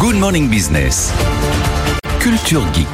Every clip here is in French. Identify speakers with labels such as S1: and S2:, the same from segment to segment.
S1: Good Morning Business. Culture Geek.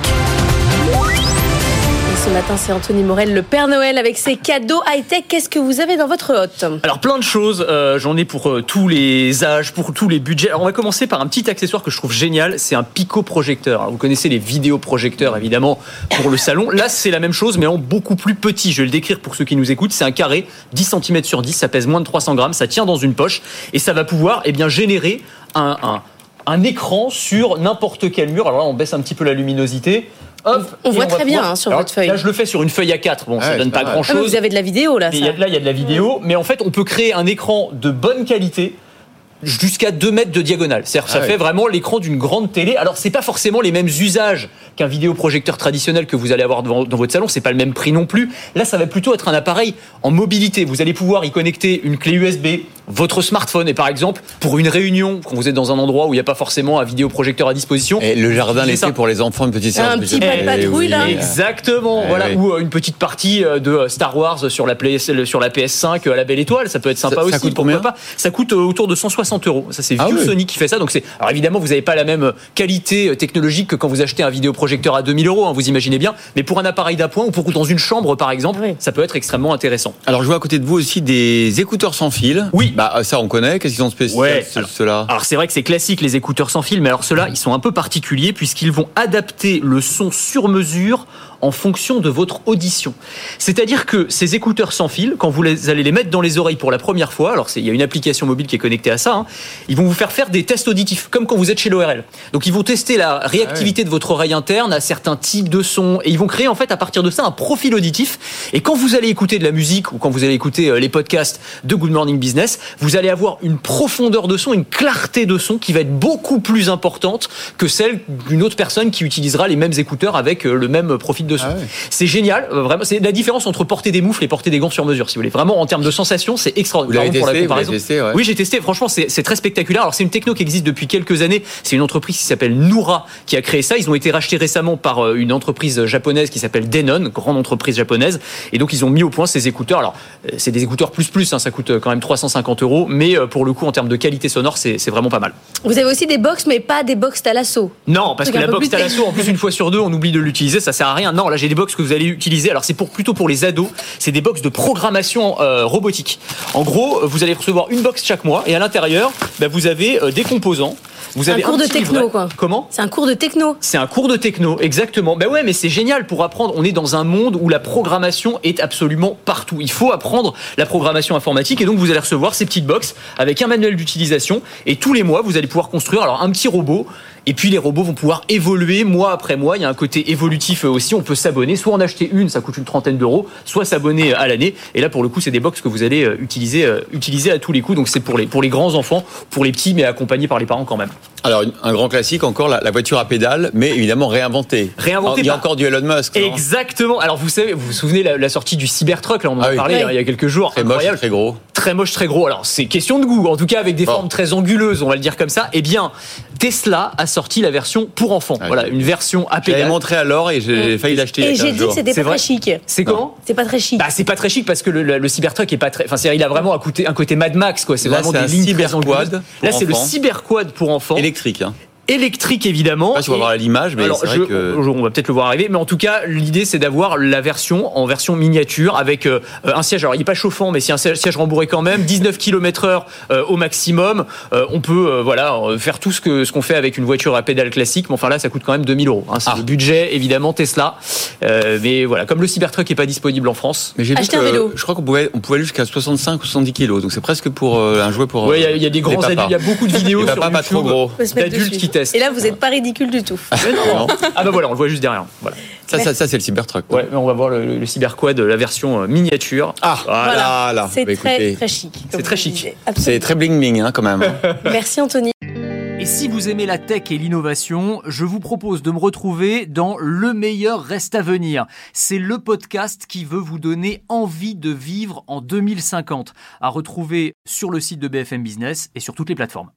S2: Et ce matin, c'est Anthony Morel, le Père Noël, avec ses cadeaux high-tech. Qu'est-ce que vous avez dans votre hotte Ah,
S3: Alors plein de choses, euh, j'en ai pour euh, tous les âges, pour tous les budgets. Alors, on va commencer par un petit accessoire que je trouve génial, c'est un picoprojecteur. Alors, vous connaissez les vidéoprojecteurs évidemment pour le salon. Là c'est la même chose mais en beaucoup plus petit. Je vais le décrire pour ceux qui nous écoutent. C'est un carré 10 cm sur 10, ça pèse moins de 300 grammes, ça tient dans une poche et ça va pouvoir eh bien, générer un, un, un écran sur n'importe quel mur. Alors là on baisse un petit peu la luminosité. Hop,
S2: On- on
S3: et
S2: voit
S3: va
S2: très bien, hein, sur
S3: Alors,
S2: votre feuille.
S3: Là, je le fais sur une feuille A4. Bon, ça
S4: Ouais,
S3: donne
S4: c'est
S3: pas,
S4: pas mal.
S3: grand
S2: Ah, mais
S3: chose.
S2: Vous avez de la vidéo là.
S3: Et il y
S2: ça.
S3: a de là, il y a de la vidéo, mais en fait, on peut créer un écran de bonne qualité jusqu'à 2 mètres de diagonale. C'est-à-dire que ça
S4: Ah oui.
S3: fait vraiment l'écran d'une grande télé. Alors, c'est pas forcément les mêmes usages qu'un vidéoprojecteur traditionnel que vous allez avoir devant- dans votre salon. C'est pas le même prix non plus. Là, ça va plutôt être un appareil en mobilité. Vous allez pouvoir y connecter une clé USB, votre smartphone, et par exemple, pour une réunion, quand vous êtes dans un endroit où il n'y a pas forcément un vidéoprojecteur à disposition,
S4: Et Eh, le jardin
S3: C'est ça.
S4: laissé pour les enfants, une petite séance
S2: Un
S4: de
S2: petit
S4: jardin.
S2: pas de
S4: Eh
S2: patrouille, là.
S4: oui.
S3: Exactement,
S4: Eh
S3: voilà.
S4: oui.
S3: Ou euh, une petite partie euh, de euh, Star Wars sur la, Play- sur la PS5 euh, à la Belle Étoile, ça peut être sympa
S4: Ça- ça
S3: aussi.
S4: coûte
S3: pourquoi
S4: combien
S3: pas Ça coûte euh, autour de 160 euros. Ça, c'est
S4: Ah
S3: Vieux
S4: oui.
S3: Sony qui fait ça. Donc c'est. Alors évidemment, vous n'avez pas la même qualité euh, technologique que quand vous achetez un vidéoprojecteur à 2000 euros. hein, vous imaginez bien. Mais pour un appareil d'appoint ou pour dans une chambre, par exemple,
S2: Oui.
S3: ça peut être extrêmement intéressant.
S4: Alors je vois à côté de vous aussi des écouteurs sans fil.
S3: Oui.
S4: Bah euh, ça on connaît. Qu'est-ce qu'ils ont de spécial
S3: Ouais,
S4: ce- ceux-là
S3: Alors Ah, c'est vrai que c'est classique les écouteurs sans fil, mais alors ceux-là, ils sont un peu particuliers puisqu'ils vont adapter le son sur mesure en fonction de votre audition. C'est-à-dire que ces écouteurs sans fil, quand vous les- allez les mettre dans les oreilles pour la première fois, alors c'est- il y a une application mobile qui est connectée à ça, hein, ils vont vous faire faire des tests auditifs, comme quand vous êtes chez l'ORL. Donc ils vont tester la réactivité de votre oreille interne à certains types de sons, et ils vont créer en fait à partir de ça un profil auditif. Et quand vous allez écouter de la musique ou quand vous allez écouter euh, les podcasts de Good Morning Business, vous allez avoir une profondeur de son, une clarté de son qui va être beaucoup plus importante que celle d'une autre personne qui utilisera les mêmes écouteurs avec euh, le même profil de son.
S4: Ah ouais.
S3: C'est génial, euh, vraiment. C'est la différence entre porter des moufles et porter des gants sur mesure, si vous voulez. Vraiment, en termes de sensation, c'est
S4: Vous
S3: extraordinaire.
S4: l'avez
S3: Pardon pour la
S4: testé, vous l'avez
S3: comparaison.
S4: testé, ouais.
S3: Oui, j'ai testé. Franchement, c'est c'est très spectaculaire. Alors, c'est une techno qui existe depuis quelques années. C'est une entreprise qui s'appelle Noura qui a créé ça. Ils ont été rachetés récemment par euh, une entreprise japonaise qui s'appelle Denon, grande entreprise japonaise. Et donc, ils ont mis au point ces écouteurs. Alors, euh, c'est des écouteurs plus plus. hein, ça coûte euh, quand même 350 euros. Mais euh, pour le coup, en termes de qualité sonore, c'est c'est vraiment pas mal.
S2: Vous avez aussi des box, mais pas des box Talasso.
S3: Non, parce
S2: Truc
S3: que
S2: un
S3: la
S2: peu
S3: box
S2: plus-
S3: Talasso, en plus, une fois sur deux, on oublie de l'utiliser, ça sert à rien. Non, là, j'ai des box que vous allez utiliser. Alors, c'est pour, plutôt pour les ados. C'est des box de programmation euh, robotique. En gros, euh, vous allez recevoir une box chaque mois et à l'intérieur, bah, vous avez euh, des composants. Vous
S2: Un
S3: avez
S2: cours de
S3: petit
S2: techno,
S3: livret.
S2: quoi.
S3: Comment
S2: C'est un cours de techno.
S3: c'est un cours de techno, exactement. Ben ouais, mais c'est génial pour apprendre. On est dans un monde où la programmation est absolument partout. Il faut apprendre la programmation informatique et donc vous allez recevoir ces petites boxes avec un manuel d'utilisation et tous les mois vous allez pouvoir construire alors un petit robot et puis les robots vont pouvoir évoluer mois après mois. Il y a un côté évolutif euh, aussi. On peut s'abonner, soit en acheter une, ça coûte une trentaine d'euros, soit s'abonner à l'année. Et là pour le coup, c'est des boxes que vous allez euh, utiliser, euh, utiliser à tous les coups. Donc c'est pour les pour les grands enfants, pour les petits, mais accompagnés par les parents quand même.
S4: Alors une- un grand classique encore, la, la voiture à pédales, mais évidemment réinventée.
S3: Réinventée
S4: Alors, Il y a
S3: par-
S4: encore du Elon Musk. non
S3: Exactement. Alors vous savez, vous vous souvenez la, la sortie du Cybertruck, là on en a
S4: Ah oui.
S3: parlé
S2: Ouais.
S3: hein, il y a quelques jours.
S4: Très moche,
S3: Incroyable.
S4: très gros.
S3: Très moche, très gros. Alors c'est question de goût, en tout cas avec des
S4: Bon.
S3: formes très anguleuses, on va le dire comme ça. Eh bien, Tesla a sorti la version pour enfants.
S4: Ah oui.
S3: Voilà, une version à
S4: Je l'avais
S3: pédale.
S4: montré à Laure et j'ai failli l'acheter. il y a
S2: Et j'ai
S4: 15
S2: dit
S4: jours.
S2: que c'était
S3: C'est
S2: pas
S3: vrai
S2: très chic.
S3: C'est
S4: Non.
S3: comment
S2: C'est pas très chic.
S3: bah, c'est pas très chic parce que le, le- le Cybertruck est pas très. Enfin, c'est-à-dire, il a vraiment un côté, un côté Mad Max, quoi. C'est
S4: Là,
S3: vraiment
S4: c'est
S3: des
S4: un
S3: lignes très
S4: cyberquad
S3: anguleuses.
S4: pour
S3: Là, c'est le
S4: enfants.
S3: cyberquad pour enfants.
S4: électrique. Hein.
S3: Électrique, évidemment.
S4: Ah, Je sais pas si on
S3: Oh,
S4: va
S3: Et-
S4: voir l'image, mais
S3: Alors,
S4: c'est vrai
S3: je-
S4: que.
S3: on- on va peut-être le voir arriver, mais en tout cas, l'idée c'est d'avoir la version en version miniature avec euh, un siège. Alors, il n'est pas chauffant, mais c'est un siège, siège rembourré quand même. 19 km/h euh, au maximum. Euh, on peut euh, voilà euh, faire tout ce que ce qu'on fait avec une voiture à pédale classique, mais enfin là, ça coûte quand même 2000 euros. hein. C'est
S4: Ah.
S3: le budget évidemment Tesla, Euh, mais voilà, comme le Cybertruck n'est pas disponible en France.
S4: Mais j'ai
S2: Acheter un
S4: que-
S2: vélo.
S4: Je crois qu'on pouvait, on pouvait aller jusqu'à 65 ou 70 kilos, donc c'est presque pour euh, un jouet pour.
S3: Ouais, il y a-
S4: euh,
S3: il y, a des
S4: les
S3: grands
S4: papas.
S3: adultes, il y a beaucoup de
S4: Les
S3: vidéos sur
S4: papas pas
S3: YouTube
S4: trop gros.
S2: On peut se mettre
S3: d'adultes
S2: dessus.
S3: qui testent.
S2: Et là, vous n'êtes pas ridicule du tout.
S3: Mais non. ah bah voilà, on le voit juste derrière. Voilà.
S4: Ça, ça, ça c'est le Cybertruck.
S3: Ouais, mais on va voir le, le Cyberquad, la version euh, miniature.
S4: Ah, voilà, là.
S2: C'est
S4: Bah,
S2: très,
S4: écoutez,
S2: très chic. comme
S3: C'est
S2: vous
S3: très
S2: le
S3: chic.
S2: disiez.
S4: C'est
S2: Absolument.
S4: très bling bling hein, quand même.
S2: Merci Anthony.
S3: Et si vous aimez la tech et l'innovation, je vous propose de me retrouver dans Le meilleur reste à venir. C'est le podcast qui veut vous donner envie de vivre en 2050, à retrouver sur le site de BFM Business et sur toutes les plateformes.